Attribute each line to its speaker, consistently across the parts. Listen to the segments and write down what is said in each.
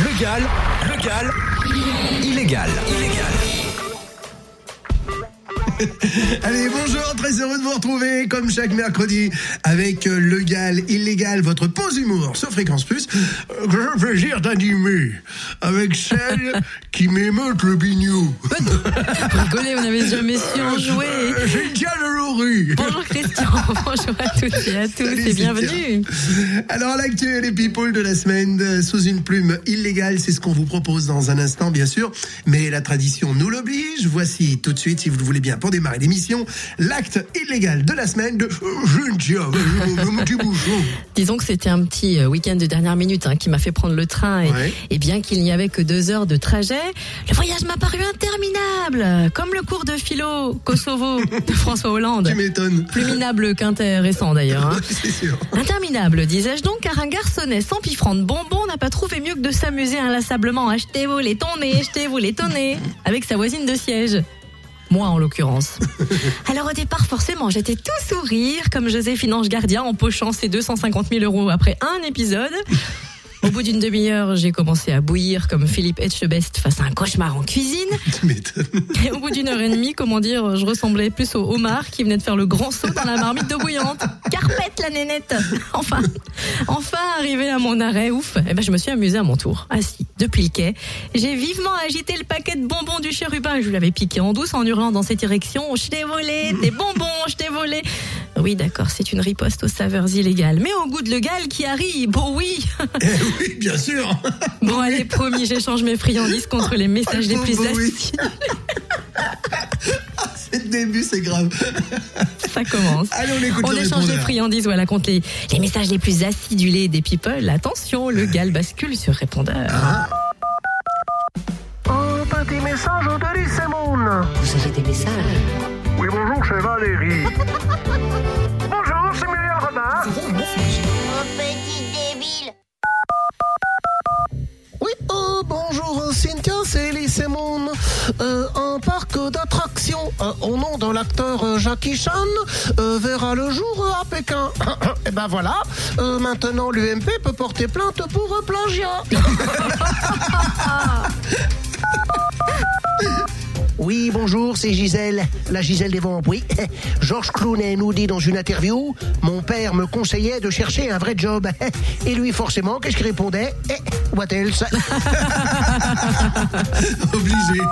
Speaker 1: Le Gal, le Gal, illégal, illégal.
Speaker 2: Allez, bonjour, très heureux de vous retrouver, comme chaque mercredi, avec euh, le Gal Illégal, votre pause humour sur Fréquence Plus, euh, que j'ai le plaisir d'animer, avec celle qui m'émeute le bignou,
Speaker 3: Vous rigolez, vous n'avez jamais su en jouer.
Speaker 2: Euh, Cynthia Deloury.
Speaker 3: Bonjour Christian, bonjour à toutes et à tous
Speaker 2: Salut,
Speaker 3: et bienvenue.
Speaker 2: Alors, l'actu les people de la semaine, euh, sous une plume illégale, c'est ce qu'on vous propose dans un instant, bien sûr, mais la tradition nous l'oblige. Voici tout de suite, si vous le voulez bien, pour démarrer l'émission, l'acte illégal de la semaine de euh, Cynthia, euh, mon petit bouchon.
Speaker 3: Disons que c'était un petit euh, week-end de dernière minute hein, qui m'a fait prendre le train et,
Speaker 2: Ouais.
Speaker 3: et bien qu'il n'y avait que deux heures de trajet, le voyage m'a paru interminable, comme le cours de philo Kosovo de François Hollande.
Speaker 2: Tu m'étonnes.
Speaker 3: Plus minable qu'intéressant d'ailleurs. hein.
Speaker 2: C'est sûr.
Speaker 3: Interminable, disais-je donc, car un garçonnet sans piffrant de bonbons n'a pas trouvé mieux que de s'amuser inlassablement. Achetez-vous les tonnés, achetez-vous les tonnés, avec sa voisine de siège. Moi, en l'occurrence. Alors, au départ, forcément, j'étais tout sourire, comme Joséphine Ange Gardien en pochant ses 250 000 euros après un épisode. Au bout d'une demi-heure, j'ai commencé à bouillir comme Philippe Etchebest face à un cauchemar en cuisine.
Speaker 2: Tu m'étonnes.
Speaker 3: Et au bout d'une heure et demie, comment dire, je ressemblais plus au homard qui venait de faire le grand saut dans la marmite de bouillante. Carpette la nénette Enfin, enfin arrivé à mon arrêt, ouf, eh ben, je me suis amusée à mon tour. Assis, depuis le quai, j'ai vivement agité le paquet de bonbons du chérubin. Je l'avais piqué en douce en hurlant dans cette direction. Je t'ai volé, des bonbons, je t'ai volé oui, d'accord, c'est une riposte aux saveurs illégales, mais au goût de le gal qui arrive. Bon, oui.
Speaker 2: Eh oui, bien sûr.
Speaker 3: Bon, allez, promis, j'échange mes friandises contre les messages les plus
Speaker 2: Bon, oui.
Speaker 3: astucieux.
Speaker 2: C'est le début, c'est grave.
Speaker 3: Ça commence.
Speaker 2: Allez, on écoute
Speaker 3: On
Speaker 2: le
Speaker 3: échange les
Speaker 2: répondeur.
Speaker 3: friandises, voilà, compte les, les messages les plus acidulés des people. Attention, le gal bascule sur répondeur.
Speaker 2: Ah,
Speaker 4: Oh, petit message autorise, c'est mon.
Speaker 5: Vous avez des messages
Speaker 4: Oui, bonjour, c'est Valérie. bonjour, c'est Mélia Robin.
Speaker 6: Mon petit débile
Speaker 7: Oui, euh, bonjour euh, Cynthia, c'est Elise et Moon. Euh, un parc euh, d'attractions euh, au nom de l'acteur euh, Jackie Chan euh, verra le jour euh, à Pékin. et ben voilà, euh, maintenant l'UMP peut porter plainte pour euh, plagiat. Oui, bonjour, c'est Gisèle, la Gisèle des Vents. Oui, Georges Clooney nous dit dans une interview Mon père me conseillait de chercher un vrai job. Et lui, forcément, qu'est-ce qu'il répondait Eh, What else
Speaker 2: Obligé.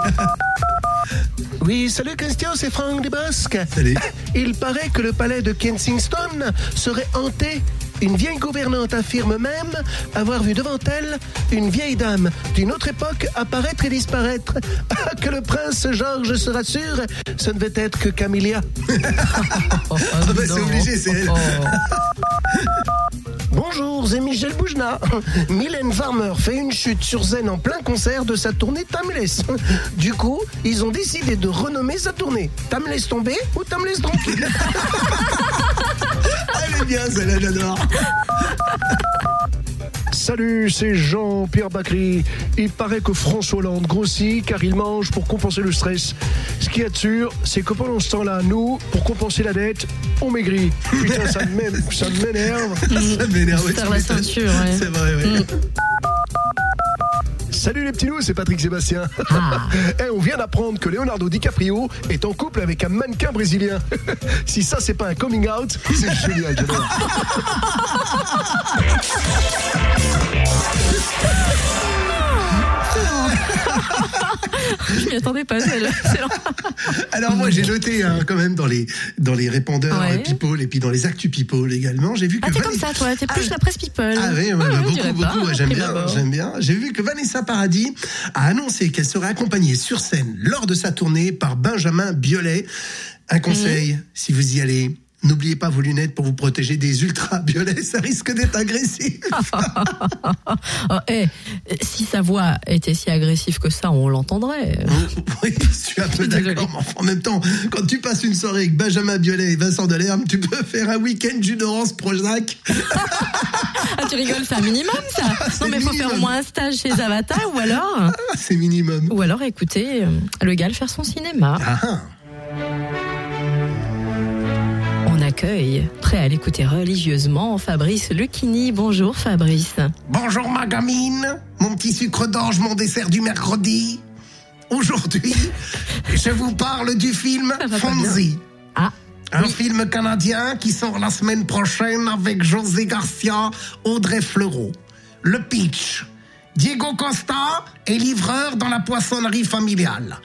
Speaker 7: Oui, salut Christian, c'est Franck Dubosc.
Speaker 2: Salut.
Speaker 7: Il paraît que le palais de Kensington serait hanté. Une vieille gouvernante affirme même avoir vu devant elle une vieille dame d'une autre époque apparaître et disparaître. Ah, que le prince Georges se rassure, ce ne devait être que Camilla.
Speaker 3: Oh,
Speaker 2: Ah bah, c'est obligé, c'est elle.
Speaker 7: Bonjour, c'est Michel Boujna. Mylène Farmer fait une chute sur scène en plein concert de sa tournée Timeless. Du coup, ils ont décidé de renommer sa tournée Timeless tombé ou Timeless tranquille.
Speaker 2: Elle est bien, celle-là, j'adore.
Speaker 7: Salut, c'est Jean-Pierre Bacry. Il paraît que François Hollande grossit car il mange pour compenser le stress. Ce qui est sûr, c'est que pendant ce temps-là, nous, pour compenser la dette, on maigrit. Putain, ça m'aime- ça m'énerve.
Speaker 2: Ça m'énerve. ouais,
Speaker 3: Faire
Speaker 2: tu
Speaker 3: la
Speaker 2: m'étonnes.
Speaker 3: ceinture, ouais. Mm.
Speaker 2: C'est vrai, ouais.
Speaker 7: Salut les petits loups, c'est Patrick Sébastien.
Speaker 3: Ah.
Speaker 7: Eh, on vient d'apprendre que Leonardo DiCaprio est en couple avec un mannequin brésilien. si ça, c'est pas un coming out, c'est génial. j'adore.
Speaker 3: Je m'y attendais pas, celle celle-là.
Speaker 2: Alors moi j'ai noté hein, quand même dans les dans les répondeurs
Speaker 3: Ouais.
Speaker 2: euh, people et puis dans les actus people également j'ai vu que
Speaker 3: Ah, t'es
Speaker 2: Vanessa-
Speaker 3: comme ça, toi, t'es plus
Speaker 2: Ah,
Speaker 3: la presse people.
Speaker 2: Ah oui, ouais,
Speaker 3: Ouais,
Speaker 2: bah,
Speaker 3: on
Speaker 2: beaucoup,
Speaker 3: dirait
Speaker 2: beaucoup,
Speaker 3: pas,
Speaker 2: ouais,
Speaker 3: hein,
Speaker 2: j'aime
Speaker 3: prime
Speaker 2: bien,
Speaker 3: abord.
Speaker 2: j'aime bien. J'ai vu que Vanessa Paradis a annoncé qu'elle serait accompagnée sur scène lors de sa tournée par Benjamin Biolay. Un conseil,
Speaker 3: Mhm.
Speaker 2: si vous y allez, n'oubliez pas vos lunettes pour vous protéger des ultra-violets, ça risque d'être agressif.
Speaker 3: Ah. Oh, eh, si sa voix était si agressive que ça, on l'entendrait.
Speaker 2: Oh, oui, je suis un peu
Speaker 3: Désolée.
Speaker 2: d'accord, mais enfin, en même temps, quand tu passes une soirée avec Benjamin Biolay et Vincent Delerme, tu peux faire un week-end jus d'orange Prozac.
Speaker 3: Ah, tu rigoles, c'est un minimum, ça Non, mais faut
Speaker 2: minimum.
Speaker 3: faire au moins un stage chez Avatar, ou alors...
Speaker 2: Ah, C'est minimum.
Speaker 3: Ou alors, écoutez, euh, le gal faire son cinéma.
Speaker 2: Ah, ah.
Speaker 3: On a accueille, prêt à l'écouter religieusement, Fabrice Lucchini. Bonjour Fabrice.
Speaker 2: Bonjour ma gamine, mon petit sucre d'orge, mon dessert du mercredi. Aujourd'hui, je vous parle du film
Speaker 3: Ça va pas
Speaker 2: Fonzie.
Speaker 3: Ah,
Speaker 2: Un film canadien qui sort la semaine prochaine avec José Garcia, Audrey Fleurot. Le pitch. Diego Costa est livreur dans la poissonnerie familiale.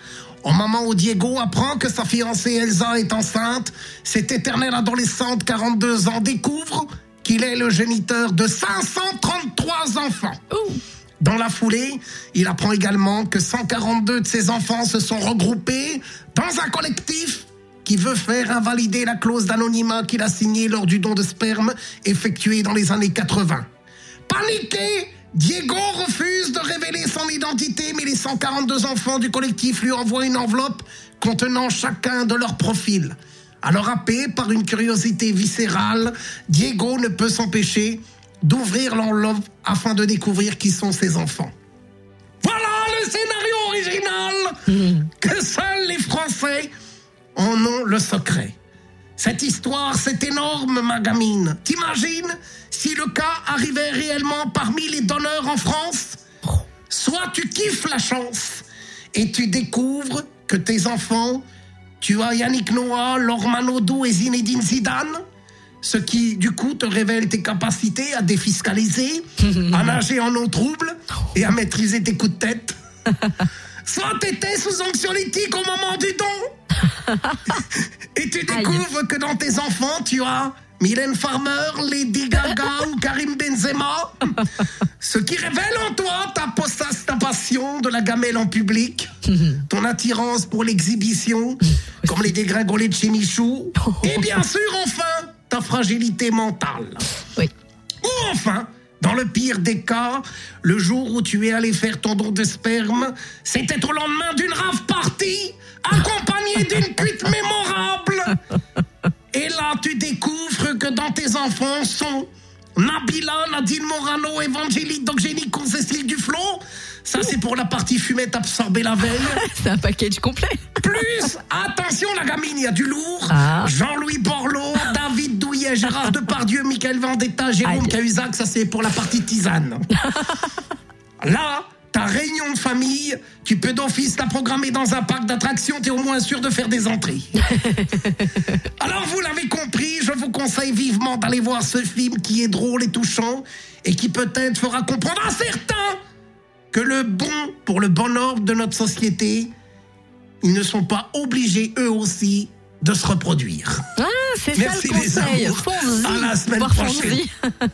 Speaker 2: Au moment où Diego apprend que sa fiancée Elsa est enceinte, cet éternel adolescent de 42 ans découvre qu'il est le géniteur de 533 enfants.
Speaker 3: ouh,
Speaker 2: Dans la foulée, il apprend également que 142 de ses enfants se sont regroupés dans un collectif qui veut faire invalider la clause d'anonymat qu'il a signée lors du don de sperme effectué dans les années 80. Paniqué, Diego refuse de révéler son identité, mais les 142 enfants du collectif lui envoient une enveloppe contenant chacun de leurs profils. Alors happé par une curiosité viscérale, Diego ne peut s'empêcher d'ouvrir l'enveloppe afin de découvrir qui sont ses enfants. Voilà le scénario original que seuls les Français en ont le secret. Cette histoire, c'est énorme, ma gamine. T'imagines si le cas arrivait réellement parmi les donneurs en France Soit tu kiffes la chance et tu découvres que tes enfants, tu as Yannick Noah, Laure Manodou et Zinedine Zidane, ce qui du coup te révèle tes capacités à défiscaliser, à nager en eau trouble et à maîtriser tes coups de tête. Soit t'étais sous anxiolytique au moment du don et tu découvres que dans tes enfants tu as Mylène Farmer, Lady Gaga ou Karim Benzema, ce qui révèle en toi ta, possesse- ta passion de la gamelle en public, ton attirance pour l'exhibition, comme les dégringolés de chez Michou, et bien sûr enfin ta fragilité mentale.
Speaker 3: oui.
Speaker 2: Ou enfin, dans le pire des cas, le jour où tu es allé faire ton don de sperme, c'était au lendemain d'une rave party, accompagnée d'une cuite mémorable. Et là, tu découvres que dans tes enfants sont Nabila, Nadine Morano, Evangélique, Dogénicon, Cécile Duflot. Ça, c'est pour la partie fumette absorbée la veille.
Speaker 3: C'est un package complet.
Speaker 2: Plus, attention la gamine, il y a du lourd.
Speaker 3: Ah.
Speaker 2: Jean-Louis Borloo, David Douillet, Gérard Depardieu, Michael Vendetta, Jérôme
Speaker 3: Aïe.
Speaker 2: Cahuzac, ça c'est pour la partie tisane. Là, ta réunion de famille, tu peux d'office la programmer dans un parc d'attractions, t'es au moins sûr de faire des entrées. Alors vous l'avez compris, je vous conseille vivement d'aller voir ce film qui est drôle et touchant et qui peut-être fera comprendre à certains que le bon pour le bon ordre de notre société, ils ne sont pas obligés eux aussi de se reproduire.
Speaker 3: Ah, c'est ça
Speaker 2: Merci
Speaker 3: le
Speaker 2: les
Speaker 3: conseil.
Speaker 2: amours.
Speaker 3: Fonzi.
Speaker 2: À la semaine
Speaker 3: Voir Fonzi.
Speaker 2: prochaine.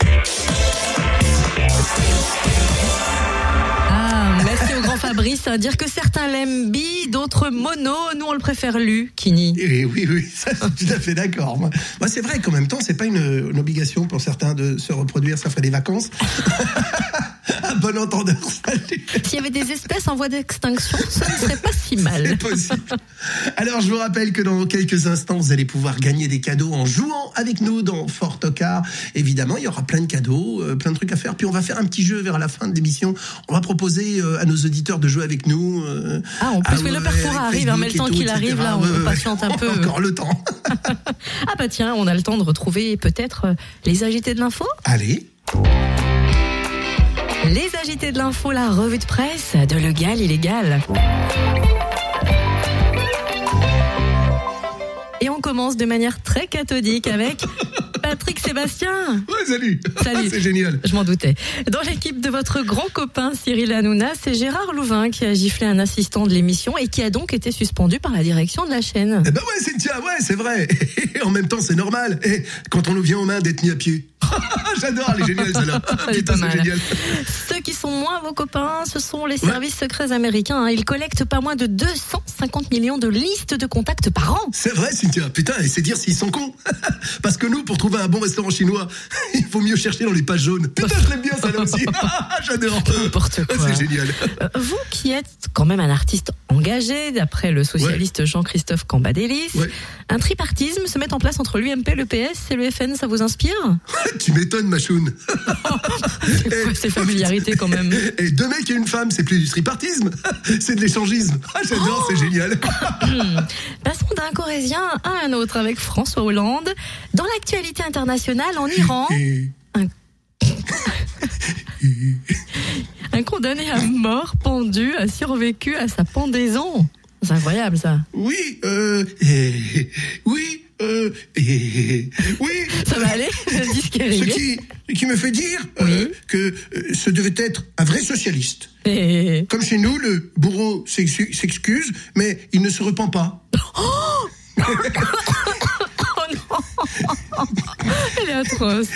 Speaker 3: Ah, merci au grand Fabrice à dire que certains l'aiment bi, d'autres mono. Nous, on le préfère lu, Kini.
Speaker 2: Oui, Eh oui, oui, ça, je suis tout à fait d'accord. Moi, Moi, c'est vrai qu'en même temps, c'est pas une, une obligation pour certains de se reproduire, ça ferait des vacances. Un bon entendeur, salut.
Speaker 3: S'il y avait des espèces en voie d'extinction, ça ne serait pas si mal.
Speaker 2: C'est possible. Alors, je vous rappelle que dans quelques instants, vous allez pouvoir gagner des cadeaux en jouant avec nous dans Fort Tocard. Évidemment, il y aura plein de cadeaux, euh, plein de trucs à faire. Puis, on va faire un petit jeu vers la fin de l'émission. On va proposer euh, à nos auditeurs de jouer avec nous. euh,
Speaker 3: Ah, en plus, oui,
Speaker 2: ouais,
Speaker 3: le
Speaker 2: ouais,
Speaker 3: parcours
Speaker 2: avec
Speaker 3: arrive, hein, mais
Speaker 2: Facebook
Speaker 3: le temps
Speaker 2: et tout,
Speaker 3: qu'il arrive,
Speaker 2: etc.
Speaker 3: là, on
Speaker 2: Ouais, ouais, ouais.
Speaker 3: patiente un peu.
Speaker 2: Encore le temps.
Speaker 3: Ah bah tiens, on a le temps de retrouver peut-être euh, les agités de l'info.
Speaker 2: Allez.
Speaker 3: Les agités de l'info, la revue de presse de Legal Illégal. Et on commence de manière très cathodique avec Patrick Sébastien.
Speaker 2: Ouais, salut.
Speaker 3: Salut.
Speaker 2: Ah, C'est génial.
Speaker 3: Je m'en doutais. Dans l'équipe de votre grand copain Cyril Hanouna, c'est Gérard Louvain qui a giflé un assistant de l'émission et qui a donc été suspendu par la direction de la chaîne.
Speaker 2: Eh ben ouais, Cynthia, ouais, c'est vrai. Et en même temps, c'est normal. Et quand on nous vient aux mains d'être mis à pied. J'adore, elle est géniale, celle-là.
Speaker 3: Elle est
Speaker 2: Putain,
Speaker 3: pas
Speaker 2: c'est
Speaker 3: mal.
Speaker 2: génial.
Speaker 3: Ceux qui sont moins vos copains, ce sont les services secrets américains. hein. Ils collectent pas moins de 250 millions de listes de contacts par an.
Speaker 2: C'est vrai, Cynthia. Putain, et c'est dire s'ils sont cons. Parce que nous, pour trouver trouver un bon restaurant chinois, il faut mieux chercher dans les pages jaunes. Putain, je l'aime bien, ça là aussi. Ah, J'adore.
Speaker 3: N'importe quoi.
Speaker 2: Ah, C'est génial.
Speaker 3: Euh, Vous qui êtes quand même un artiste engagé, d'après le socialiste Jean-Christophe Cambadélis,
Speaker 2: Ouais.
Speaker 3: un tripartisme se met en place entre l'UMP, le PS et le FN, ça vous inspire
Speaker 2: tu m'étonnes, ma choune.
Speaker 3: Ouais, C'est familiarité quand même.
Speaker 2: Et deux mecs et une femme, c'est plus du tripartisme, c'est de l'échangisme. Ah, j'adore, c'est génial.
Speaker 3: Passons d'un Corésien à un autre avec François Hollande. Dans l'actualité internationale, en Iran,
Speaker 2: Et
Speaker 3: un condamné à mort pendu a survécu à sa pendaison. C'est incroyable ça.
Speaker 2: oui, euh, et- oui, euh, et- oui.
Speaker 3: Ça va aller Le disque est
Speaker 2: Ce
Speaker 3: rayé.
Speaker 2: qui, qui me fait dire euh, que euh, ce devait être un vrai socialiste.
Speaker 3: Et-
Speaker 2: Comme chez nous, le bourreau s'excu- s'excuse, mais il ne se repent pas.
Speaker 3: Oh non Elle est atroce.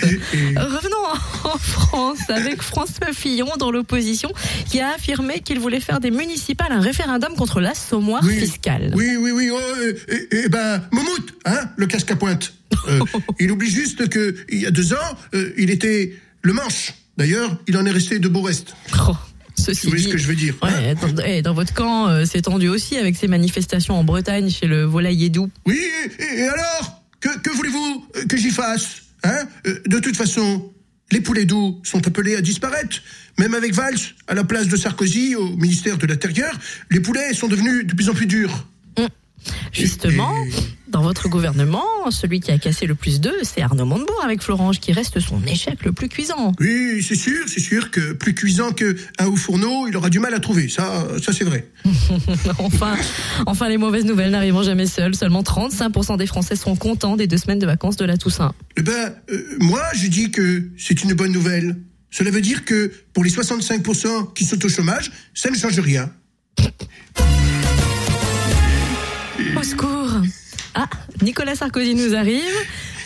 Speaker 3: Revenons en France avec François Fillon dans l'opposition qui a affirmé qu'il voulait faire des municipales un référendum contre l'assommoir fiscale.
Speaker 2: Oui, oui, oui. oh, euh, et, et ben, Moumout, hein, le casque à pointe. Euh, il oublie juste que il y a deux ans, euh, il était le manche. D'ailleurs, il en est resté de beau reste.
Speaker 3: Oh, ceci
Speaker 2: Vous voyez
Speaker 3: dit-
Speaker 2: ce que je veux dire hein
Speaker 3: Ouais, dans, eh, dans votre camp, euh, c'est tendu aussi avec ces manifestations en Bretagne chez le volailler doux.
Speaker 2: Oui, et, et alors Que, que voulez-vous euh, que j'y fasse hein Euh, De toute façon, les poulets doux sont appelés à disparaître. Même avec Valls, à la place de Sarkozy au ministère de l'Intérieur, les poulets sont devenus de plus en plus durs.
Speaker 3: Justement, dans votre gouvernement, celui qui a cassé le plus d'eux, c'est Arnaud Montebourg avec Florange qui reste son échec le plus cuisant.
Speaker 2: Oui, c'est sûr, c'est sûr que plus cuisant qu'un haut fourneau, il aura du mal à trouver. Ça, ça c'est vrai.
Speaker 3: Enfin, enfin les mauvaises nouvelles n'arriveront jamais seules. Seulement 35% des Français sont contents des deux semaines de vacances de la Toussaint.
Speaker 2: Eh ben, euh, moi, je dis que c'est une bonne nouvelle. Cela veut dire que pour les 65% qui sont au chômage, ça ne change rien.
Speaker 3: Au secours Ah, Nicolas Sarkozy nous arrive.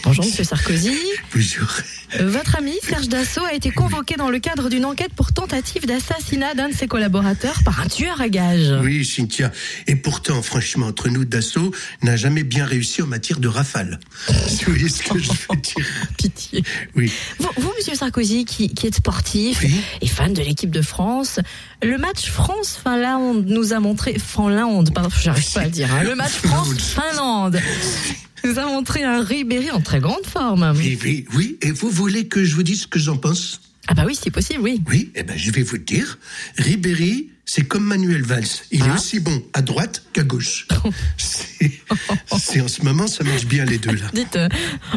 Speaker 3: Bonjour Monsieur Sarkozy.
Speaker 2: Bonjour.
Speaker 3: Euh, Votre ami Serge Dassault a été convoqué dans le cadre d'une enquête pour tentative d'assassinat d'un de ses collaborateurs par un tueur à gages.
Speaker 2: Oui, Cynthia. Et pourtant, franchement, entre nous, Dassault n'a jamais bien réussi en matière de rafale. Vous voyez ce que je veux dire
Speaker 3: Pitié.
Speaker 2: Oui.
Speaker 3: Vous, vous, Monsieur Sarkozy, qui, qui êtes sportif
Speaker 2: Oui.
Speaker 3: et fan de l'équipe de France, le match France-Finlande nous a montré Finlande, pardon, j'arrive pas à le dire. hein. Le match France-Finlande nous a montré un Ribéry en très grande forme.
Speaker 2: Oui, oui, oui. Et vous voulez que je vous dise ce que j'en pense
Speaker 3: Ah bah oui, c'est possible, oui.
Speaker 2: Oui, eh ben, je vais vous le dire. Ribéry, c'est comme Manuel Valls. Il est
Speaker 3: Ah.
Speaker 2: aussi bon à droite qu'à gauche. c'est c'est en ce moment, ça marche bien les deux, là.
Speaker 3: Dites, euh,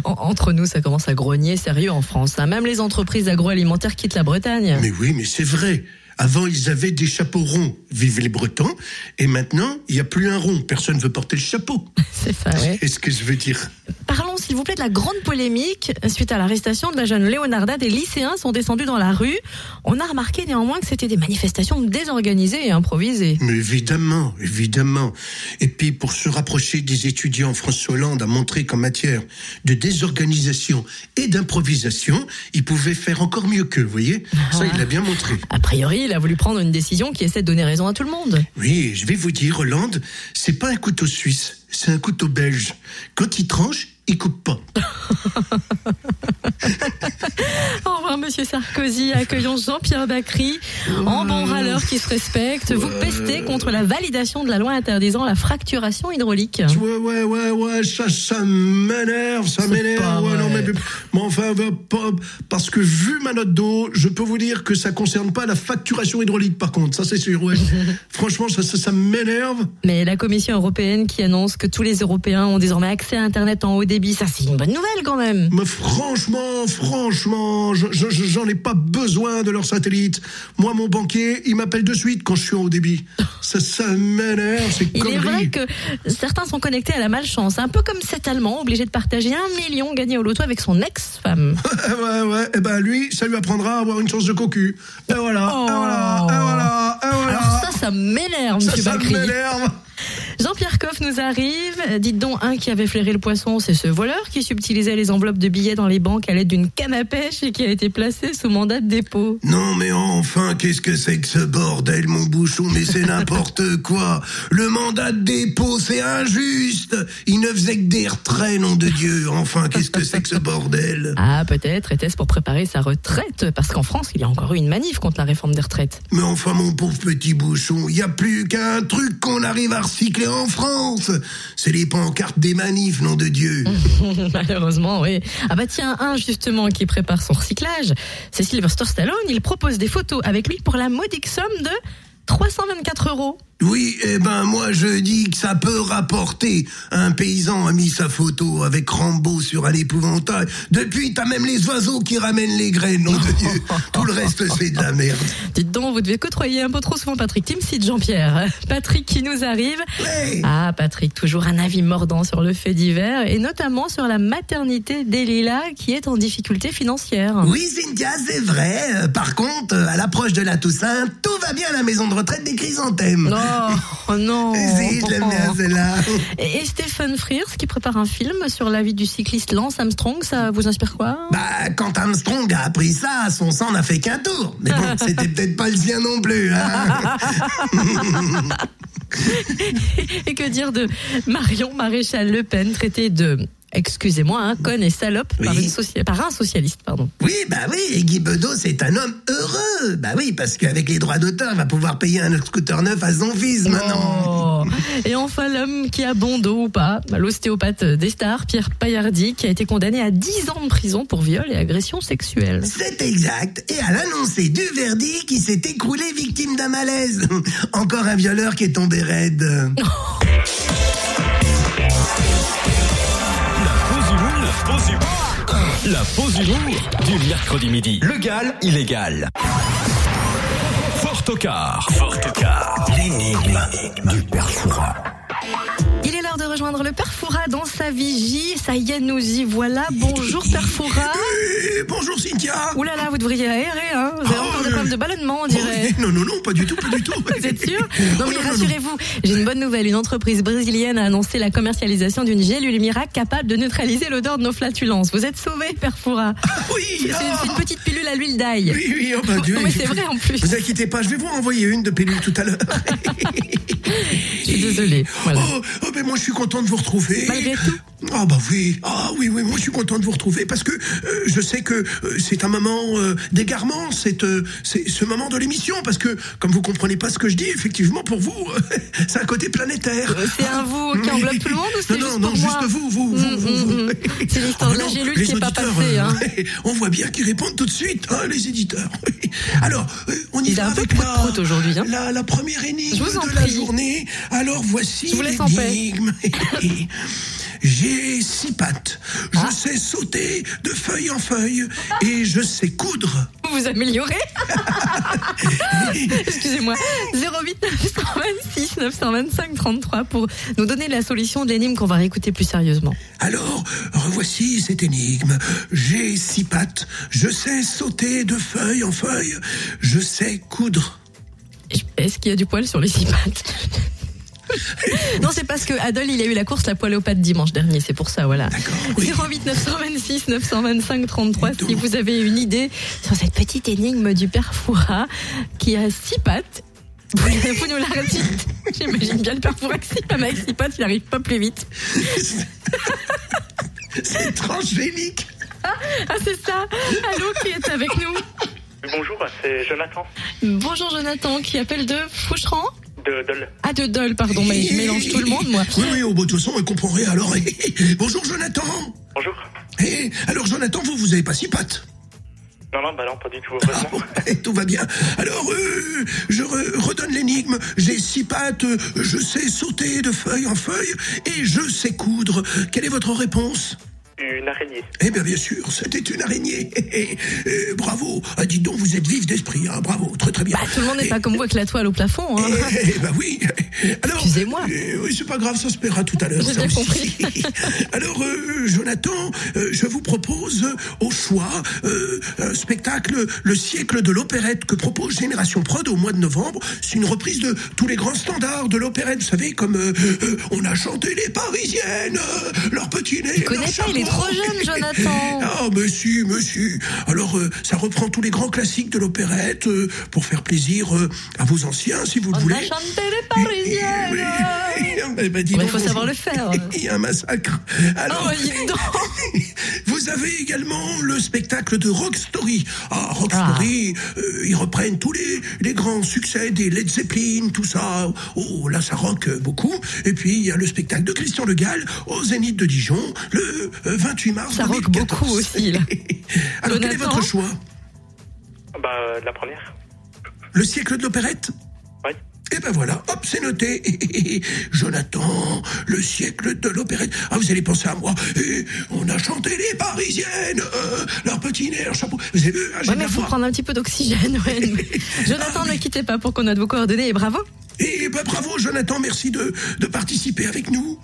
Speaker 3: en- entre nous, ça commence à grogner sérieux en France. hein. Même les entreprises agroalimentaires quittent la Bretagne.
Speaker 2: Mais oui, mais c'est vrai. Avant, ils avaient des chapeaux ronds. Vive les Bretons. Et maintenant, il n'y a plus un rond. Personne ne veut porter le chapeau.
Speaker 3: C'est ça, Ah ouais.
Speaker 2: Est-ce que je veux dire
Speaker 3: Parlons, s'il vous plaît, de la grande polémique suite à l'arrestation de la jeune Léonarda. Des lycéens sont descendus dans la rue. On a remarqué néanmoins que c'était des manifestations désorganisées et improvisées.
Speaker 2: Mais évidemment, évidemment. Et puis, pour se rapprocher des étudiants, François Hollande a montré qu'en matière de désorganisation et d'improvisation, il pouvait faire encore mieux qu'eux, vous voyez Ça, il l'a bien montré.
Speaker 3: A priori, il a voulu prendre une décision qui essaie de donner raison à tout le monde.
Speaker 2: Oui, je vais vous dire, Hollande, c'est pas un couteau suisse, c'est un couteau belge. Quand il tranche, il coupe pas.
Speaker 3: Au revoir, monsieur Sarkozy. Accueillons Jean-Pierre Bacry, en bon râleur qui se respecte. Vous pestez contre la validation de la loi interdisant la fracturation hydraulique.
Speaker 2: Ouais, ouais, ouais, ouais, ça, ça m'énerve, ça
Speaker 3: C'est pas
Speaker 2: m'énerve. Ouais, non, mais,
Speaker 3: vrai.
Speaker 2: mais enfin, bah, pas- parce que vu ma note d'eau, je peux vous dire que ça concerne pas la facturation hydraulique, par contre. Ça, c'est sûr, ouais. Franchement, ça, ça, ça m'énerve.
Speaker 3: Mais la Commission européenne qui annonce que tous les Européens ont désormais accès à Internet en haut débit, ça c'est une bonne nouvelle quand même.
Speaker 2: Mais franchement, franchement, je- je- je- j'en ai pas besoin de leur satellite. Moi, mon banquier, il m'appelle de suite quand je suis en haut débit. Ça, ça m'énerve, c'est
Speaker 3: Il
Speaker 2: connerie.
Speaker 3: est vrai que certains sont connectés à la malchance, un peu comme cet Allemand obligé de partager un million gagné au loto avec son ex-femme.
Speaker 2: Ah. ouais, ouais, et ben lui, ça lui apprendra à avoir une chance de cocu. Et voilà,
Speaker 3: Oh.
Speaker 2: et voilà, et voilà, et voilà.
Speaker 3: Alors ça, ça m'énerve,
Speaker 2: Ça,
Speaker 3: Monsieur
Speaker 2: ça
Speaker 3: Bacri.
Speaker 2: m'énerve.
Speaker 3: Jean-Pierre Jean-Pierre Coff nous arrive. Euh, Dites donc, un qui avait flairé le poisson, c'est ce voleur qui subtilisait les enveloppes de billets dans les banques à l'aide d'une canne à pêche et qui a été placé sous mandat de dépôt.
Speaker 2: Non mais enfin, qu'est-ce que c'est que ce bordel, mon bouchon Mais c'est n'importe quoi Le mandat de dépôt, c'est injuste Il ne faisait que des retraits, nom de Dieu Enfin, qu'est-ce que c'est que ce bordel
Speaker 3: Ah, peut-être était-ce pour préparer sa retraite, parce qu'en France, il y a encore eu une manif contre la réforme des retraites.
Speaker 2: Mais enfin, mon pauvre petit bouchon, il n'y a plus qu'un truc qu'on arrive à recycler en France C'est les pancartes des manifs, nom de Dieu
Speaker 3: Malheureusement, oui. Ah bah tiens, un justement qui prépare son recyclage, c'est Sylvester Stallone. Il propose des photos avec lui pour la modique somme de 324 euros.
Speaker 2: Oui, eh ben moi je dis que ça peut rapporter. Un paysan a mis sa photo avec Rambo sur un épouvantail. Depuis, t'as même les oiseaux qui ramènent les graines, nom de Dieu. Tout le reste, c'est de la merde.
Speaker 3: Dites donc, vous devez côtoyer un peu trop souvent Patrick Tim cite Jean-Pierre. Patrick qui nous arrive.
Speaker 2: Ouais.
Speaker 3: Ah, Patrick, toujours un avis mordant sur le fait divers et notamment sur la maternité d'Elila qui est en difficulté financière.
Speaker 2: Oui, Cynthia, c'est vrai. Euh, Par contre, euh, à l'approche de la Toussaint, tout va bien à la maison de retraite des chrysanthèmes.
Speaker 3: Non, oh non. Oh.
Speaker 2: Si, je l'aime bien, celle-là.
Speaker 3: Et Stephen Frears qui prépare un film sur la vie du cycliste Lance Armstrong, ça vous inspire quoi
Speaker 2: Bah, quand Armstrong a appris ça, son sang n'a fait qu'un tour. Mais bon, c'était peut-être pas le sien non plus. Hein.
Speaker 3: Et que dire de Marion Maréchal Le Pen traitée de, excusez-moi, hein, conne et salope par,
Speaker 2: Oui.
Speaker 3: une soci- par un socialiste, pardon.
Speaker 2: Oui, bah oui, et Guy Bedos est un homme heureux. Bah oui, parce qu'avec les droits d'auteur, il va pouvoir payer un scooter neuf à son fils maintenant.
Speaker 3: Oh. Et enfin, l'homme qui a bon dos ou pas, bah, l'ostéopathe des stars, Pierre Paillardi, qui a été condamné à 10 ans de prison pour viol et agression sexuelle.
Speaker 2: C'est exact. Et à l'annoncé du verdict, il s'est écroulé victime d'un malaise. Encore un violeur qui est tombé raide.
Speaker 1: pause humour, la pause humour. La pause humour du mercredi midi. Légal, illégal. Fort au quart. Fort au quart. L'énigme du Perfura.
Speaker 3: Il est l'heure de rejoindre le Perfoura dans sa vigie. Ça y est, nous y voilà. Bonjour Perfoura.
Speaker 2: Eh, bonjour Cynthia.
Speaker 3: Ouh là là, vous devriez aérer, hein. Vous avez
Speaker 2: Oh,
Speaker 3: encore des
Speaker 2: euh,
Speaker 3: problètes de ballonnement, on dirait.
Speaker 2: Non, non, non, pas du tout, pas du tout.
Speaker 3: Vous êtes sûr
Speaker 2: Oh,
Speaker 3: Non mais
Speaker 2: non, non, non.
Speaker 3: rassurez-vous, j'ai une bonne nouvelle. Une entreprise brésilienne a annoncé la commercialisation d'une gélule miracle capable de neutraliser l'odeur de nos flatulences. Vous êtes sauvés, Perfoura.
Speaker 2: Oui,
Speaker 3: C'est
Speaker 2: ah.
Speaker 3: c'est une petite pilule à l'huile d'ail.
Speaker 2: Oui, oui, oh, bah, Dieu.
Speaker 3: Non, mais c'est vrai en plus.
Speaker 2: Vous inquiétez pas, je vais vous envoyer une de pilule tout à l'heure.
Speaker 3: Je suis désolée. Voilà.
Speaker 2: Oh, oh, ben moi je suis content de vous retrouver.
Speaker 3: Malgré tout.
Speaker 2: Ah bah oui, ah oui, oui, moi je suis content de vous retrouver parce que euh, je sais que euh, c'est un moment euh, d'égarement, c'est euh, c'est ce moment de l'émission parce que comme vous comprenez pas ce que je dis, effectivement pour vous, c'est un côté planétaire.
Speaker 3: Euh, C'est un vous qui enveloppe tout le monde ou c'est
Speaker 2: Non, non, non,
Speaker 3: juste pour moi
Speaker 2: juste vous, vous, vous,
Speaker 3: Mm,
Speaker 2: vous,
Speaker 3: mm,
Speaker 2: vous.
Speaker 3: mm. C'est l'histoire
Speaker 2: Ah,
Speaker 3: de la
Speaker 2: non,
Speaker 3: gélule
Speaker 2: les
Speaker 3: qui est pas
Speaker 2: auditeurs,
Speaker 3: passée, hein.
Speaker 2: euh, On voit bien qu'ils répondent tout de suite, hein, les éditeurs. Alors, euh, on y
Speaker 3: Il
Speaker 2: va
Speaker 3: a un peu
Speaker 2: avec
Speaker 3: de
Speaker 2: la,
Speaker 3: prout aujourd'hui, hein.
Speaker 2: la, la première énigme
Speaker 3: Je vous en
Speaker 2: de la
Speaker 3: prie.
Speaker 2: journée. Alors voici
Speaker 3: Je vous laisse en paix.
Speaker 2: l'énigme. J'ai six pattes. Je
Speaker 3: Ah.
Speaker 2: sais sauter de feuille en feuille et je sais coudre.
Speaker 3: Vous vous améliorez Excusez-moi. 08 926 925 33 pour nous donner la solution de l'énigme qu'on va réécouter plus sérieusement.
Speaker 2: Alors, revoici cette énigme. J'ai six pattes. Je sais sauter de feuille en feuille. Je sais coudre.
Speaker 3: Je- Est-ce qu'il y a du poil sur les six pattes Non, c'est parce que Adol, il a eu la course la poêle aux pattes dimanche dernier, c'est pour ça, voilà.
Speaker 2: oui.
Speaker 3: 08 926 925 33, si
Speaker 2: donc.
Speaker 3: vous avez une idée sur cette petite énigme du père Foura qui a six pattes. Vous vous nous la redites. J'imagine bien le père Foura que si pas avec six pattes, il arrive pas plus vite.
Speaker 2: C'est transgénique.
Speaker 3: Ah, c'est ça Allô, qui est avec nous
Speaker 5: Bonjour, c'est Jonathan
Speaker 3: Bonjour Jonathan, qui appelle de Foucheran
Speaker 5: de Dole.
Speaker 3: Ah, de Dole, pardon, mais je mélange tout le monde, moi.
Speaker 2: Oui, oui, au bout de toute façon, elle comprend rien. Alors, hé, hé, bonjour Jonathan.
Speaker 5: Bonjour.
Speaker 2: Eh, alors Jonathan, vous, vous avez pas six pattes.
Speaker 5: Non, non, bah non, pas du tout, heureusement.
Speaker 2: Eh, tout va bien. Alors, euh, je re- redonne l'énigme. J'ai six pattes, euh, je sais sauter de feuille en feuille et je sais coudre. Quelle est votre réponse
Speaker 5: une araignée.
Speaker 2: Eh bien, bien sûr, c'était une araignée. Eh, eh, eh, bravo. Ah, dis donc, vous êtes vif d'esprit. Hein. Bravo, très très bien.
Speaker 3: Bah, tout le monde n'est pas comme vous avec la toile au plafond. hein.
Speaker 2: Eh, eh, bah oui. Alors,
Speaker 3: Excusez-moi.
Speaker 2: eh, oui, c'est pas grave, ça se paiera tout à l'heure.
Speaker 3: J'ai
Speaker 2: ça
Speaker 3: bien
Speaker 2: aussi. Alors, euh, Jonathan, euh, je vous propose euh, au choix euh, un spectacle Le siècle de l'opérette que propose Génération Prod au mois de novembre. C'est une reprise de tous les grands standards de l'opérette, vous savez, comme euh, euh, on a chanté les Parisiennes, euh, leur petit nez.
Speaker 3: Je connais pas, il est trop jeune, Jonathan.
Speaker 2: Ah, monsieur, monsieur. Alors, euh, ça reprend tous les grands classiques de l'opérette euh, pour faire plaisir euh, à vos anciens, si vous le
Speaker 3: On a
Speaker 2: voulez.
Speaker 3: chanté les Parisiennes.
Speaker 2: Eh ben, dis
Speaker 3: Ouais,
Speaker 2: donc,
Speaker 3: faut savoir le faire.
Speaker 2: Il y a un massacre. Alors,
Speaker 3: Oh, dis donc.
Speaker 2: vous avez également le spectacle de Rock Story. Ah, Rock Story, euh, ils reprennent tous les, les grands succès des Led Zeppelin, tout ça. Oh, là, ça rock euh, beaucoup. Et puis, il y a le spectacle de Christian Le Gall au Zénith de Dijon le euh, 28 mars
Speaker 3: Ça rock
Speaker 2: 2014.
Speaker 3: beaucoup aussi, là.
Speaker 2: Alors, quel est
Speaker 3: Jonathan
Speaker 2: votre choix
Speaker 5: Bah, euh, la première.
Speaker 2: Le siècle de l'opérette
Speaker 5: Ouais.
Speaker 2: Eh ben voilà, hop, c'est noté. Jonathan, le siècle de l'opérette. Ah, vous allez penser à moi. Eh, on a chanté les Parisiennes, euh, leur petit nerf, chapeau. Vous avez vu, hein, j'ai
Speaker 3: Ouais,
Speaker 2: de
Speaker 3: mais
Speaker 2: la
Speaker 3: faut
Speaker 2: voix.
Speaker 3: prendre un petit peu d'oxygène. ouais. Jonathan, ne quittez pas pour qu'on note vos coordonnées et bravo.
Speaker 2: Eh ben bravo, Jonathan, merci de, de participer avec nous.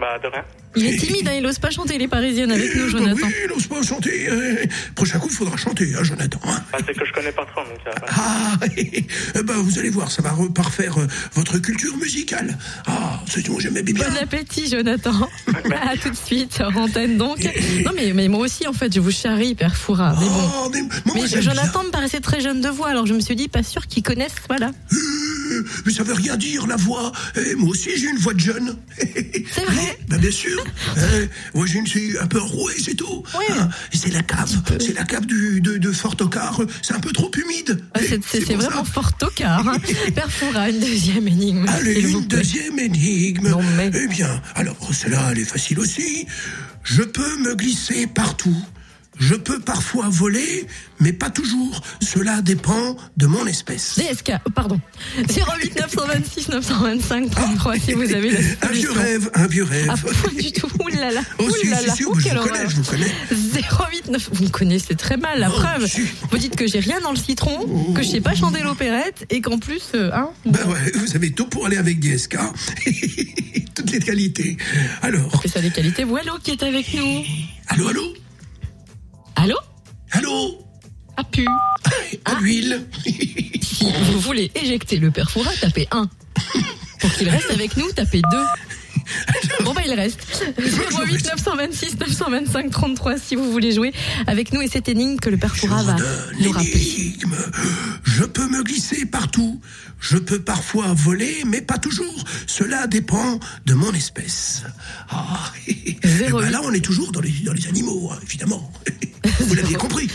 Speaker 5: Bah, de rien.
Speaker 3: Il est timide, hein, il n'ose pas chanter les Parisiennes avec nous,
Speaker 2: Eh ben
Speaker 3: Jonathan.
Speaker 2: oui, n'ose pas chanter. eh. prochain coup, faudra chanter, hein, Jonathan. hein.
Speaker 5: Bah, c'est que je connais pas trop, donc. euh, voilà.
Speaker 2: Ah, eh ben vous allez voir, ça va reparfaire euh, votre culture musicale. Ah, c'est tout, j'aimais bien.
Speaker 3: Bon appétit, Jonathan. à tout de suite, en antenne donc. Non, mais, mais moi aussi, en fait, je vous charrie, Père Foura. Mais bon.
Speaker 2: Oh, mais, moi, moi,
Speaker 3: Mais
Speaker 2: j'aime bien.
Speaker 3: Jonathan me paraissait très jeune de voix, alors je me suis dit, pas sûr qu'ils connaissent, voilà.
Speaker 2: Euh, Mais ça veut rien dire, la voix. Eh, moi aussi, j'ai une voix de jeune.
Speaker 3: C'est vrai
Speaker 2: Ben, bien sûr. Eh, moi, j'ai une- je suis un peu enrouée, c'est tout. Ah,
Speaker 3: Ouais.
Speaker 2: Et c'est la cave. C'est la cave du, de, de Fort Ocar. C'est un peu trop humide.
Speaker 3: Ah,
Speaker 2: Eh,
Speaker 3: C'est c'est- c'est
Speaker 2: pour ça. Ah,
Speaker 3: vraiment fort au quart. hein. Père Foura, une deuxième énigme.
Speaker 2: Allez,
Speaker 3: s'il vous
Speaker 2: une
Speaker 3: plaît.
Speaker 2: deuxième énigme.
Speaker 3: Non, mais-
Speaker 2: Eh bien, alors, celle-là, elle est facile aussi. Je peux me glisser partout. Je peux parfois voler, mais pas toujours. Cela dépend de mon espèce.
Speaker 3: DSK, oh, pardon. 08 926 925 33 si vous avez la
Speaker 2: Un vieux
Speaker 3: solution.
Speaker 2: rêve, un vieux rêve.
Speaker 3: Ah, pas du tout. Ouh là là.
Speaker 2: Oh,
Speaker 3: Ouh
Speaker 2: si,
Speaker 3: là
Speaker 2: si,
Speaker 3: là.
Speaker 2: si,
Speaker 3: Ouh,
Speaker 2: je
Speaker 3: quelle
Speaker 2: vous connais,
Speaker 3: horreur.
Speaker 2: je vous connais.
Speaker 3: 089. Vous me connaissez très mal, la
Speaker 2: Oh,
Speaker 3: preuve.
Speaker 2: si. Oh.
Speaker 3: Vous dites que j'ai rien dans le citron, que je sais pas chanter l'opérette et qu'en plus, euh, hein.
Speaker 2: Ben ouais, vous avez tout pour aller avec DSK. Toutes les qualités. Alors,
Speaker 3: Que ça a des qualités. Ou allô qui est avec nous.
Speaker 2: allô, allô
Speaker 3: Allô
Speaker 2: Allô
Speaker 3: A pu. Ah.
Speaker 2: Pas d'huile
Speaker 3: Si vous voulez éjecter le perforat, tapez 1. Pour qu'il reste avec nous, tapez 2. Bon bah il reste. 08 926 925 33 si vous voulez jouer avec nous et cette énigme que Euh, le perforat va nous rappeler.
Speaker 2: L'énigme. Je peux me glisser partout. Je peux parfois voler, mais pas toujours. Cela dépend de mon espèce. Ah, eh
Speaker 3: Zéro
Speaker 2: ben
Speaker 3: huit.
Speaker 2: là, on est toujours dans les, dans les animaux, hein, évidemment. Vous l'aviez compris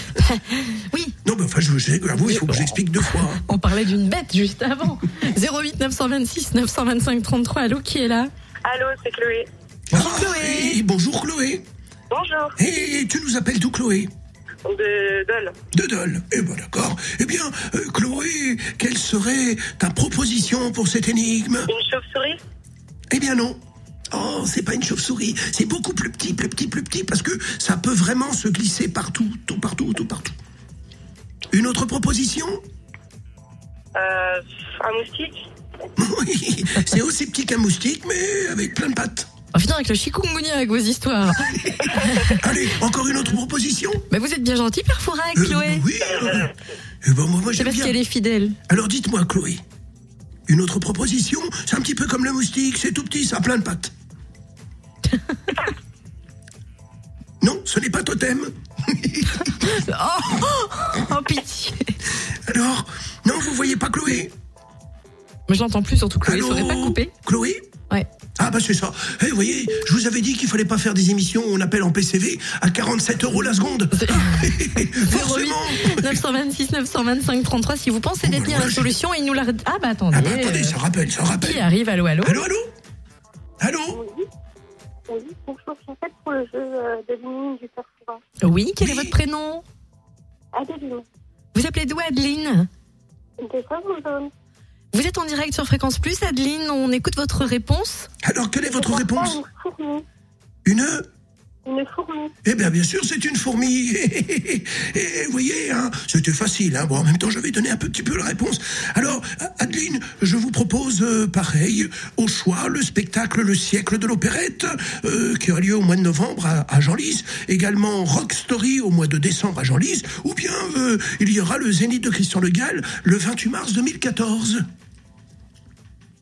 Speaker 3: Oui,
Speaker 2: Non, mais enfin, je, je, vous, il faut que j'explique deux fois. hein.
Speaker 3: on parlait d'une bête juste avant. 08 926 925 33 allô qui est là
Speaker 8: Allô, c'est Chloé.
Speaker 2: Ah, eh, bonjour Chloé.
Speaker 8: Bonjour.
Speaker 2: Et tu nous appelles d'où Chloé
Speaker 8: De Dole.
Speaker 2: De Dole. Eh ben d'accord. Eh bien, euh, Chloé, quelle serait ta proposition pour cette énigme
Speaker 8: Une chauve-souris
Speaker 2: Eh bien non. Oh, c'est pas une chauve-souris. C'est beaucoup plus petit, plus petit, plus petit, parce que ça peut vraiment se glisser partout, tout partout, tout partout. Une autre proposition
Speaker 8: euh, Un moustique
Speaker 2: Oui, c'est aussi petit qu'un moustique, mais avec plein de pattes.
Speaker 3: Oh putain avec le chikungunya avec vos histoires.
Speaker 2: Allez, encore une autre proposition
Speaker 3: Mais vous êtes bien gentil perforat avec
Speaker 2: Euh,
Speaker 3: Chloé.
Speaker 2: Oui, euh, eh ben, moi, moi
Speaker 3: C'est
Speaker 2: j'aime
Speaker 3: parce
Speaker 2: bien.
Speaker 3: qu'elle est fidèle.
Speaker 2: Alors dites-moi, Chloé, une autre proposition C'est un petit peu comme le moustique, c'est tout petit, ça a plein de pattes. non, ce n'est pas totem.
Speaker 3: Oh pitié.
Speaker 2: Alors, non, vous voyez pas Chloé
Speaker 3: Mais je l'entends plus surtout Chloé,
Speaker 2: Allô
Speaker 3: ça aurait pas coupé.
Speaker 2: Chloé
Speaker 3: Ouais.
Speaker 2: Ah bah c'est ça. Eh, vous voyez, je vous avais dit qu'il fallait pas faire des émissions où on appelle en PCV à 47 euros la seconde. Forcément
Speaker 3: 08 926 925 33 si vous pensez détenir la solution et nous la ah bah attendez,
Speaker 2: Ah bah attendez,
Speaker 3: euh,
Speaker 2: ça rappelle, ça rappelle.
Speaker 3: qui arrive allô allô
Speaker 2: Allô, allô Allô
Speaker 8: Oui, bonjour, je suis faite pour le jeu euh, de l'énigme du perforat.
Speaker 3: oui quel est
Speaker 2: Oui.
Speaker 3: votre prénom
Speaker 8: Adeline,
Speaker 3: vous appelez d'où Adeline
Speaker 8: des fois vous donne
Speaker 3: vous êtes en direct sur fréquence plus Adeline on écoute votre réponse
Speaker 2: Alors, quelle est votre
Speaker 8: Pourquoi
Speaker 2: réponse
Speaker 8: Une fourmi.
Speaker 2: Une
Speaker 8: Une Une fourmi.
Speaker 2: Eh bien, bien sûr, c'est une fourmi. Et vous voyez, hein, c'était facile. Hein. Bon, en même temps, j'avais donné un petit peu la réponse. Alors, Adeline, je vous propose, euh, pareil, au choix, le spectacle Le siècle de l'opérette, euh, qui aura lieu au mois de novembre à, à Genlis. Également, Rock Story au mois de décembre à Genlis. Ou bien, euh, il y aura le Zénith de Christian Le Gall le 28 mars 2014.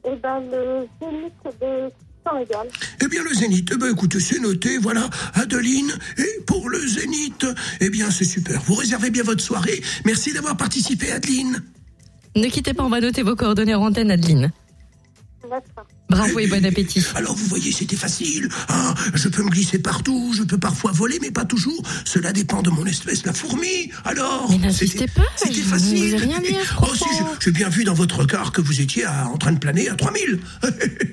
Speaker 8: Et ben le zénith de Christian Régal.
Speaker 2: Eh bien, le Zénith, eh ben, écoutez, c'est noté, voilà, Adeline. Et pour le Zénith, eh bien, c'est super. Vous réservez bien votre soirée. Merci d'avoir participé, Adeline.
Speaker 3: Ne quittez pas, on va noter vos coordonnées en antenne, Adeline.
Speaker 8: D'accord.
Speaker 3: Bravo et bon appétit.
Speaker 2: Alors, vous voyez, c'était facile. hein. je peux me glisser partout, je peux parfois voler, mais pas toujours. Cela dépend de mon espèce, la fourmi. Alors,
Speaker 3: Mais n'insistez
Speaker 2: c'était-
Speaker 3: pas,
Speaker 2: C'était
Speaker 3: je vous
Speaker 2: facile.
Speaker 3: ai rien dit, hein, je
Speaker 2: oh, si,
Speaker 3: comprends.
Speaker 2: je- j'ai bien vu dans votre regard que vous étiez à- en train de planer à 3000.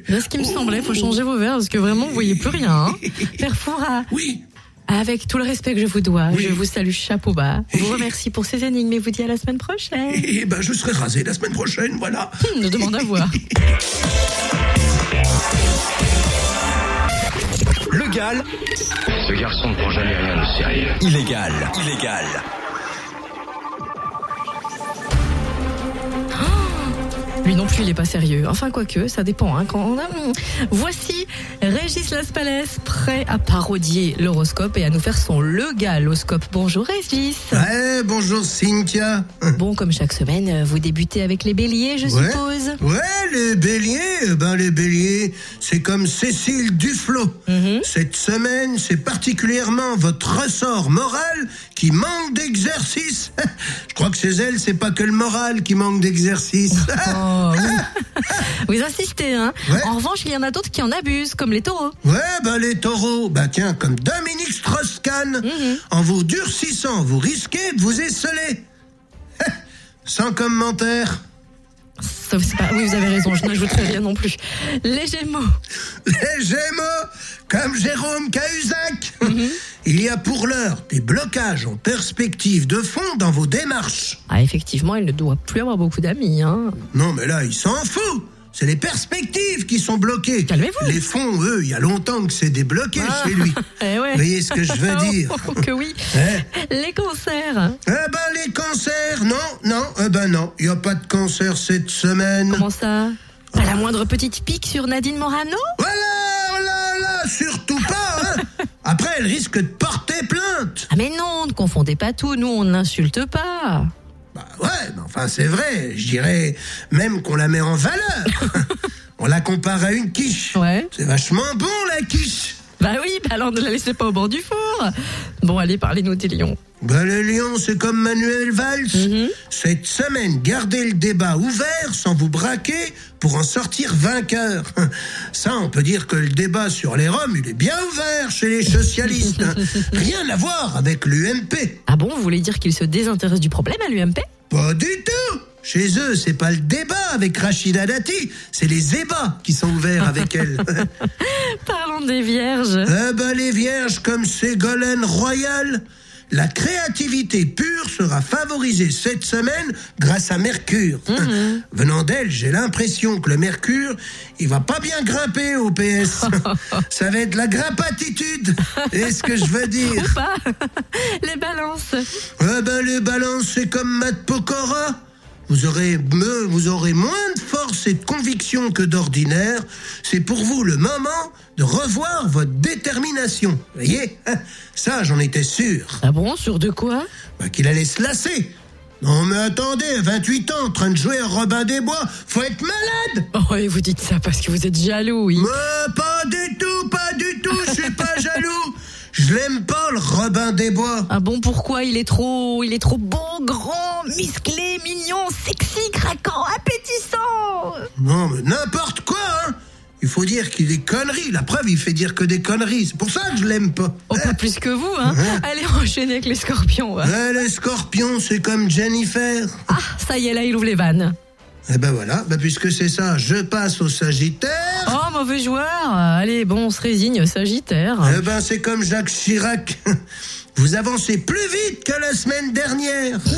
Speaker 3: Là, ce qui me semblait, faut changer vos verres parce que vraiment, vous voyez plus rien. Hein. Père Fourat,
Speaker 2: Oh, oui.
Speaker 3: avec tout le respect que je vous dois,
Speaker 2: Oui.
Speaker 3: je vous salue chapeau bas. Vous remercie pour ces énigmes et vous dis à la semaine prochaine.
Speaker 2: Eh ben, je serai rasé la semaine prochaine, voilà.
Speaker 3: Hum, Je demande à voir.
Speaker 1: Le Gall,
Speaker 9: Ce garçon ne prend jamais rien au sérieux.
Speaker 1: illégal. Illégal.
Speaker 3: Lui non plus, il est pas sérieux. Enfin, quoique, ça dépend. hein, quand on a... hum. Voici Régis Laspalès, prêt à parodier l'horoscope et à nous faire son le galoscope. Bonjour Régis.
Speaker 2: Ouais, Eh, bonjour Cynthia.
Speaker 3: Bon, comme chaque semaine, euh, vous débutez avec les béliers, je
Speaker 2: Ouais.
Speaker 3: suppose.
Speaker 2: Ouais, les béliers, eh ben les béliers, c'est comme Cécile Duflot. Cette semaine, c'est particulièrement votre ressort moral qui manque d'exercice. Je crois que chez elle, c'est pas que le moral qui manque d'exercice.
Speaker 3: Oh, oui. vous insistez, hein
Speaker 2: Ah. Ouais.
Speaker 3: En revanche, il y en a d'autres qui en abusent, comme les taureaux.
Speaker 2: Ouais, bah les taureaux, bah tiens, comme Dominique Strauss-Kahn, en vous durcissant, vous risquez de vous esseler. Sans commentaire.
Speaker 3: Sauf c'est pas... Oui, vous avez raison, je n'ajouterai rien non plus. Les gémeaux.
Speaker 2: les Gémeaux, comme Jérôme Cahuzac.
Speaker 3: Mhm.
Speaker 2: Il y a pour l'heure des blocages en perspective de fond dans vos démarches.
Speaker 3: Ah, effectivement, il ne doit plus avoir beaucoup d'amis, hein
Speaker 2: Non, mais là, il s'en fout. C'est les perspectives qui sont bloquées.
Speaker 3: Calmez-vous.
Speaker 2: Les fonds, eux, il y a longtemps que Ah, c'est débloqué chez lui.
Speaker 3: Eh ouais.
Speaker 2: Vous voyez ce que je veux dire
Speaker 3: Oh, que oui.
Speaker 2: Hein
Speaker 3: Les hein. cancers.
Speaker 2: Eh ben, les cancers, non, non, eh ben non, il n'y a pas de cancer cette semaine.
Speaker 3: Comment ça Pas la moindre petite pique sur Nadine Morano
Speaker 2: Voilà, voilà, voilà, surtout pas. hein. Après, elle risque de porter plainte.
Speaker 3: Ah mais non, ne confondez pas tout, nous on n'insulte pas.
Speaker 2: Bah ouais, mais enfin c'est vrai, je dirais même qu'on la met en valeur. On la compare à une quiche.
Speaker 3: Ouais.
Speaker 2: C'est vachement bon la quiche.
Speaker 3: Bah oui, bah alors ne la laissez pas au bord du four. Bon, allez, parlez-nous des lions.
Speaker 2: Bah les lions, c'est comme Manuel Valls. Cette semaine, gardez le débat ouvert sans vous braquer pour en sortir vainqueur. Ça, on peut dire que le débat sur les Roms, il est bien ouvert chez les socialistes. hein. Rien à voir avec l'UMP.
Speaker 3: Ah bon, vous voulez dire qu'il se désintéresse du problème à l'UMP
Speaker 2: Pas du tout Chez eux, c'est pas le débat avec Rachida Dati, c'est les ébats qui sont ouverts avec elle.
Speaker 3: Parlons des vierges.
Speaker 2: eh ben les vierges comme Ségolène Royal, la créativité pure sera favorisée cette semaine grâce à Mercure. Venant d'elle, j'ai l'impression que le Mercure, il va pas bien grimper au PS. Ça va être la grimpatitude, est ce que je veux dire.
Speaker 3: Pas les balances.
Speaker 2: Eh ben les balances, c'est comme Matt Pokora. Vous aurez, me- vous aurez moins de force et de conviction que d'ordinaire. C'est pour vous le moment de revoir votre détermination. Voyez hein Ça, j'en étais sûr.
Speaker 3: Ah bon, sur de quoi
Speaker 2: Bah, Qu'il allait se lasser. Non mais attendez, à 28 ans, en train de jouer à Robin des Bois, faut être malade
Speaker 3: Oh, et vous dites ça parce que vous êtes jaloux, oui.
Speaker 2: Mais pas du tout, pas du tout, je suis pas jaloux Je l'aime pas, le Robin des Bois
Speaker 3: Ah bon, pourquoi il est trop, il est trop beau, grand, musclé, mignon, sexy, craquant, appétissant.
Speaker 2: Non, mais n'importe quoi, hein Il faut dire qu'il est conneries. La preuve, il fait dire que des conneries. C'est pour ça que je l'aime pas.
Speaker 3: Oh, pas plus que vous, hein. Allez enchaîner avec les scorpions. ouais.
Speaker 2: Eh, les scorpions, c'est comme Jennifer.
Speaker 3: Ah, ça y est, là, il ouvre les vannes.
Speaker 2: Bah, Eh ben voilà, ben puisque c'est ça, je passe au Sagittaire.
Speaker 3: Oh mauvais joueur. Allez, bon, on se résigne, Sagittaire.
Speaker 2: Eh ben, c'est comme Jacques Chirac. Vous avancez plus vite que la semaine dernière.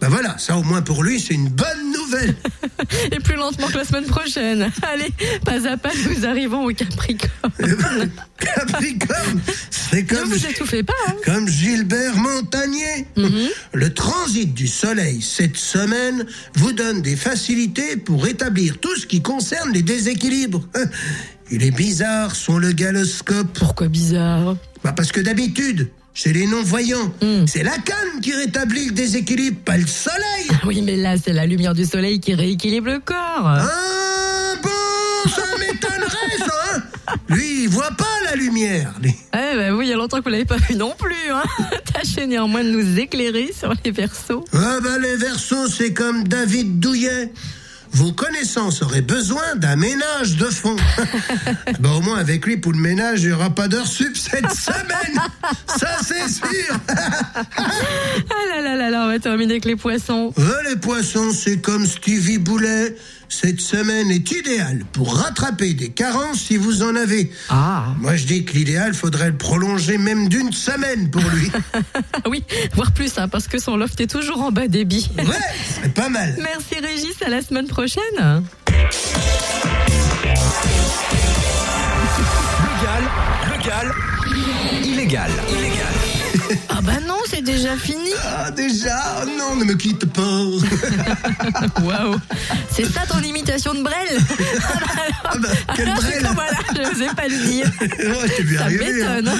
Speaker 2: Ben voilà, ça au moins pour lui, c'est une bonne nouvelle.
Speaker 3: Et plus lentement que la semaine prochaine. Allez, pas à pas, nous arrivons au Capricorne.
Speaker 2: Eh ben, Capricorne, c'est
Speaker 3: Ne
Speaker 2: comme,
Speaker 3: vous étouffez pas, hein.
Speaker 2: comme Gilbert Montagnier. Le transit du soleil cette semaine vous donne des facilités pour établir tout ce qui concerne les déséquilibres. Il est bizarre, son le galoscope.
Speaker 3: Pourquoi bizarre
Speaker 2: Bah parce que d'habitude, chez les non-voyants, c'est la canne qui rétablit le déséquilibre, pas le soleil.
Speaker 3: Oui, mais là, c'est la lumière du soleil qui rééquilibre le corps.
Speaker 2: Ah bon, ça m'étonnerait ça. hein Lui, il voit pas la lumière. lui.
Speaker 3: Eh ben oui, il y a longtemps que vous l'avez pas vu non plus. Hein. Tâchez néanmoins de nous éclairer sur les versos.
Speaker 2: Ah bah les versos, c'est comme David Douillet. Vos connaissances auraient besoin d'un ménage de fond. bah au moins avec lui pour le ménage, il n'y aura pas d'heure sup cette semaine. Ça c'est sûr.
Speaker 3: Ah là là là là, on va terminer avec les poissons.
Speaker 2: Euh, les poissons, c'est comme Stevie Boulet. Cette semaine est idéale pour rattraper des carences si vous en avez.
Speaker 3: Ah.
Speaker 2: Moi, je dis que l'idéal, faudrait le prolonger même d'une semaine pour lui.
Speaker 3: Ah Oui, voire plus, hein, parce que son loft est toujours en bas débit.
Speaker 2: Ouais, c'est pas mal.
Speaker 3: Merci Régis, à la semaine prochaine.
Speaker 1: Legal, legal, illégal, illégal.
Speaker 3: Ah bah non, c'est déjà fini.
Speaker 2: Ah, déjà, non, ne me quitte pas.
Speaker 3: Waouh. C'est ça ton imitation de Brel
Speaker 2: Ah bah, quelle
Speaker 3: Alors,
Speaker 2: brêle.
Speaker 3: Voilà, je n'osais pas le dire.
Speaker 2: Ouais, je t'ai vu
Speaker 3: Ça
Speaker 2: arriver. hein.
Speaker 3: m'étonne.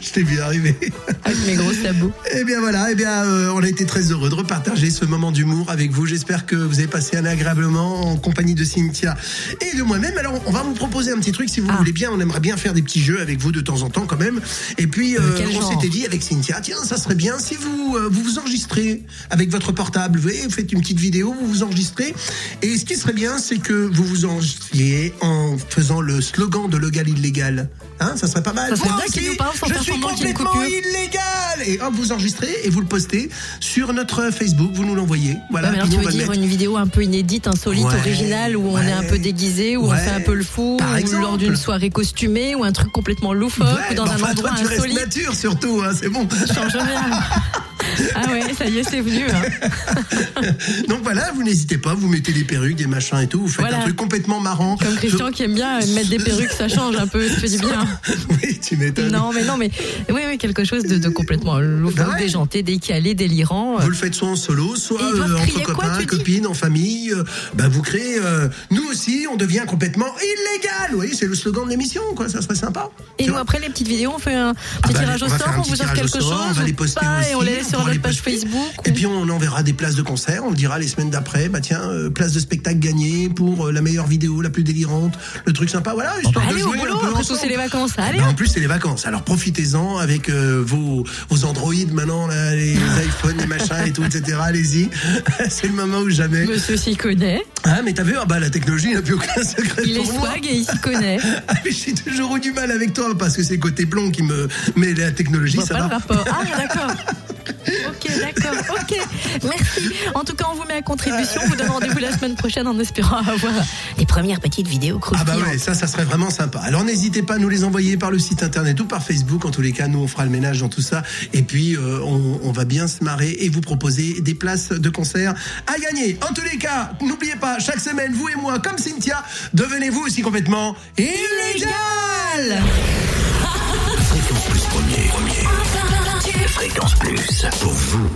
Speaker 2: Je t'ai vu arriver.
Speaker 3: Avec mes gros sabots.
Speaker 2: Eh bien voilà, eh bien, euh, on a été très heureux de repartager ce moment d'humour avec vous. J'espère que vous avez passé un agréable moment en compagnie de Cynthia et de moi-même. Alors on va vous proposer un petit truc si vous
Speaker 3: Ah.
Speaker 2: voulez bien. On aimerait bien faire des petits jeux avec vous de temps en temps quand même. Et puis euh,
Speaker 3: quel
Speaker 2: on
Speaker 3: genre
Speaker 2: s'était dit avec Cynthia, tiens, ça serait bien si vous euh, vous, vous enregistrez avec votre portable. Vous voyez, vous faites une petite vidéo, vous vous enregistrez. Et ce qui serait bien, c'est que vous vous enregistriez en faisant le slogan de Legal Illégal. Hein, ça serait pas mal.
Speaker 3: Ça serait
Speaker 2: Moi
Speaker 3: bien qu'il
Speaker 2: aussi,
Speaker 3: nous parle sans
Speaker 2: je
Speaker 3: faire
Speaker 2: suis
Speaker 3: semblant qu'il y ait une
Speaker 2: complètement
Speaker 3: coupure.
Speaker 2: illégal Et hop, vous enregistrez et vous le postez sur notre Facebook, vous nous l'envoyez. Voilà,
Speaker 3: Ouais, Ah, mais alors
Speaker 2: puis
Speaker 3: tu
Speaker 2: nous,
Speaker 3: veux
Speaker 2: on va le
Speaker 3: dire
Speaker 2: mettre.
Speaker 3: une vidéo un peu inédite, insolite,
Speaker 2: Ouais,
Speaker 3: originale, où on
Speaker 2: ouais,
Speaker 3: est un peu déguisé, où on
Speaker 2: ouais.
Speaker 3: fait un peu le fou,
Speaker 2: Par
Speaker 3: ou
Speaker 2: exemple.
Speaker 3: lors d'une soirée costumée, ou un truc complètement loufoque,
Speaker 2: Ouais,
Speaker 3: ou dans
Speaker 2: bah,
Speaker 3: un
Speaker 2: enfin,
Speaker 3: endroit
Speaker 2: toi, tu restes
Speaker 3: insolite.
Speaker 2: nature surtout, hein, c'est bon.
Speaker 3: Change rien. Ah ouais, ça y est, c'est venu. hein.
Speaker 2: Donc voilà, vous n'hésitez pas, vous mettez des perruques, des machins et tout, vous faites
Speaker 3: Voilà.
Speaker 2: un truc complètement marrant.
Speaker 3: Comme Christian qui aime bien mettre des perruques, ça change un peu, ça fait du bien.
Speaker 2: Oui, tu m'étonnes.
Speaker 3: Non, mais non, mais oui, oui, quelque chose de, de complètement loufoque,
Speaker 2: Ouais.
Speaker 3: déjanté, décalé, délirant.
Speaker 2: Vous le faites soit en solo, soit
Speaker 3: Et ils doivent
Speaker 2: euh, entre
Speaker 3: crier quoi,
Speaker 2: copains,
Speaker 3: tu dis
Speaker 2: copines, en famille. euh, bah vous créez. euh, nous aussi, on devient complètement illégal. Vous voyez, c'est le slogan de l'émission, quoi. Ça serait sympa.
Speaker 3: Et
Speaker 2: Tu
Speaker 3: nous,
Speaker 2: vois
Speaker 3: après les petites vidéos, on fait un petit
Speaker 2: Ah bah,
Speaker 3: tirage
Speaker 2: on
Speaker 3: au
Speaker 2: va
Speaker 3: sort,
Speaker 2: faire un
Speaker 3: on
Speaker 2: petit
Speaker 3: vous offre
Speaker 2: tirage au
Speaker 3: quelque
Speaker 2: sort,
Speaker 3: chose.
Speaker 2: on va les
Speaker 3: ou
Speaker 2: poster
Speaker 3: pas, et on
Speaker 2: aussi,
Speaker 3: les laisse sur
Speaker 2: pourra les
Speaker 3: notre page
Speaker 2: poster.
Speaker 3: Facebook.
Speaker 2: Et
Speaker 3: ou-
Speaker 2: puis on enverra des places de concert, on dira les semaines d'après, bah tiens, euh, place de spectacle gagnée pour euh, la meilleure vidéo, la plus délirante, le truc sympa, voilà, histoire de
Speaker 3: Allez au
Speaker 2: jouer
Speaker 3: boulot,
Speaker 2: un peu
Speaker 3: après tout,
Speaker 2: ensemble.
Speaker 3: c'est les vacances. Allez, hein.
Speaker 2: Bah,
Speaker 3: hop.
Speaker 2: en plus, c'est les vacances. Alors profitez-en avec euh, vos, vos Android maintenant, là, les iPhones, les machins et tout, etc. Allez-y. c'est le moment ou jamais.
Speaker 3: Monsieur s'y connaît,
Speaker 2: Ah, mais t'as vu, ah, bah, la technologie n'a plus aucun secret
Speaker 3: il est
Speaker 2: pour moi.
Speaker 3: swag et il s'y connaît.
Speaker 2: Ah, mais j'ai toujours eu du mal avec toi parce que c'est le côté blond qui me. Mais la technologie,
Speaker 3: Je vois
Speaker 2: ça
Speaker 3: pas
Speaker 2: va.
Speaker 3: le rapport. Ah, d'accord. Ok, d'accord, ok. Merci. En tout cas, on vous met à contribution. On vous donne rendez-vous la semaine prochaine en espérant avoir les premières petites vidéos
Speaker 2: Ah bah
Speaker 3: croustillantes.
Speaker 2: ouais, ça, ça serait vraiment sympa. Alors n'hésitez pas à nous les envoyer par le site internet ou par Facebook. En tous les cas, nous, on fera le ménage dans tout ça. Et puis, euh, on, on va bien se marrer et vous proposer des places de concert à gagner. En tous les cas, n'oubliez pas, chaque semaine, vous et moi, comme Cynthia, devenez vous aussi complètement illégal
Speaker 1: Fréquence plus premier. premier. Fréquence plus pour vous.